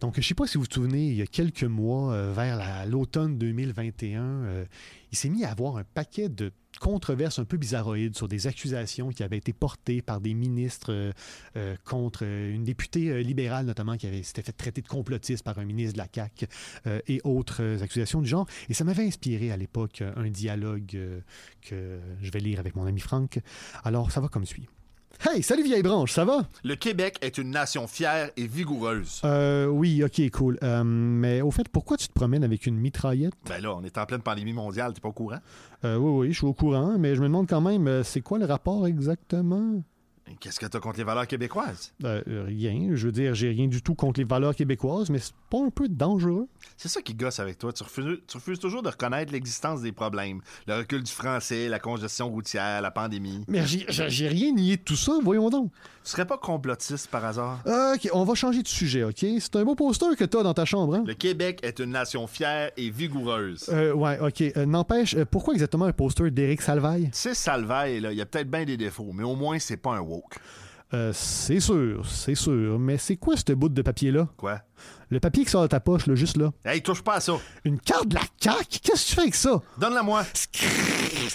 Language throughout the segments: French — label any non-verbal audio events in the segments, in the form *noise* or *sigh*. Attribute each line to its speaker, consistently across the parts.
Speaker 1: Donc, je ne sais pas si vous vous souvenez, il y a quelques mois, euh, vers la- l'automne 2021, euh, il s'est mis à avoir un paquet de controverses un peu bizarroïdes sur des accusations qui avaient été portées par des ministres euh, euh, contre euh, une députée euh, libérale, notamment, qui avait s'était fait traiter de complotiste par un ministre de la CAQ euh, et autres euh, accusations du genre. Et ça m'avait inspiré à l'époque euh, un dialogue euh, que je vais lire avec mon ami Franck. Alors, ça va comme suit. Hey, salut vieille branche, ça va?
Speaker 2: Le Québec est une nation fière et vigoureuse.
Speaker 1: Euh, oui, ok, cool. Euh, mais au fait, pourquoi tu te promènes avec une mitraillette?
Speaker 2: Ben là, on est en pleine pandémie mondiale, t'es pas au courant?
Speaker 1: Euh, oui, oui, je suis au courant, mais je me demande quand même, euh, c'est quoi le rapport exactement?
Speaker 2: Qu'est-ce que t'as contre les valeurs québécoises?
Speaker 1: Euh, euh, rien, je veux dire, j'ai rien du tout contre les valeurs québécoises, mais c'est pas un peu dangereux?
Speaker 2: C'est ça qui gosse avec toi. Tu refuses, tu refuses toujours de reconnaître l'existence des problèmes. Le recul du français, la congestion routière, la pandémie.
Speaker 1: Mais j'ai- j'ai j'ai rien nié de tout ça, voyons donc.
Speaker 2: Tu serais pas complotiste par hasard?
Speaker 1: Ok, on va changer de sujet, ok? C'est un beau poster que t'as dans ta chambre, hein?
Speaker 2: Le Québec est une nation fière et vigoureuse.
Speaker 1: Euh, ouais, ok. Euh, N'empêche, euh, pourquoi exactement un poster d'Éric Salvaille?
Speaker 2: C'est Salvaille, là, il y a peut-être bien des défauts, mais au moins, c'est pas un woke.
Speaker 1: Euh, c'est sûr, c'est sûr, mais c'est quoi ce bout de papier-là?
Speaker 2: Quoi?
Speaker 1: Le papier qui sort de ta poche, là, juste là.
Speaker 2: Hey, touche pas à ça!
Speaker 1: Une carte de la CAQ? Qu'est-ce que tu fais avec ça?
Speaker 2: Donne-la moi!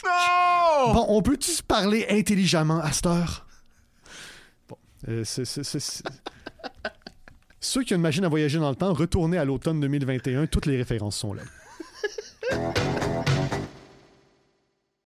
Speaker 2: Non!
Speaker 1: Bon, on peut-tu se parler intelligemment à cette heure? Bon, euh, c'est- c'est- c'est- c'est- *laughs* Ceux qui ont une machine à voyager dans le temps, retournez à l'automne 2021, toutes les références sont là.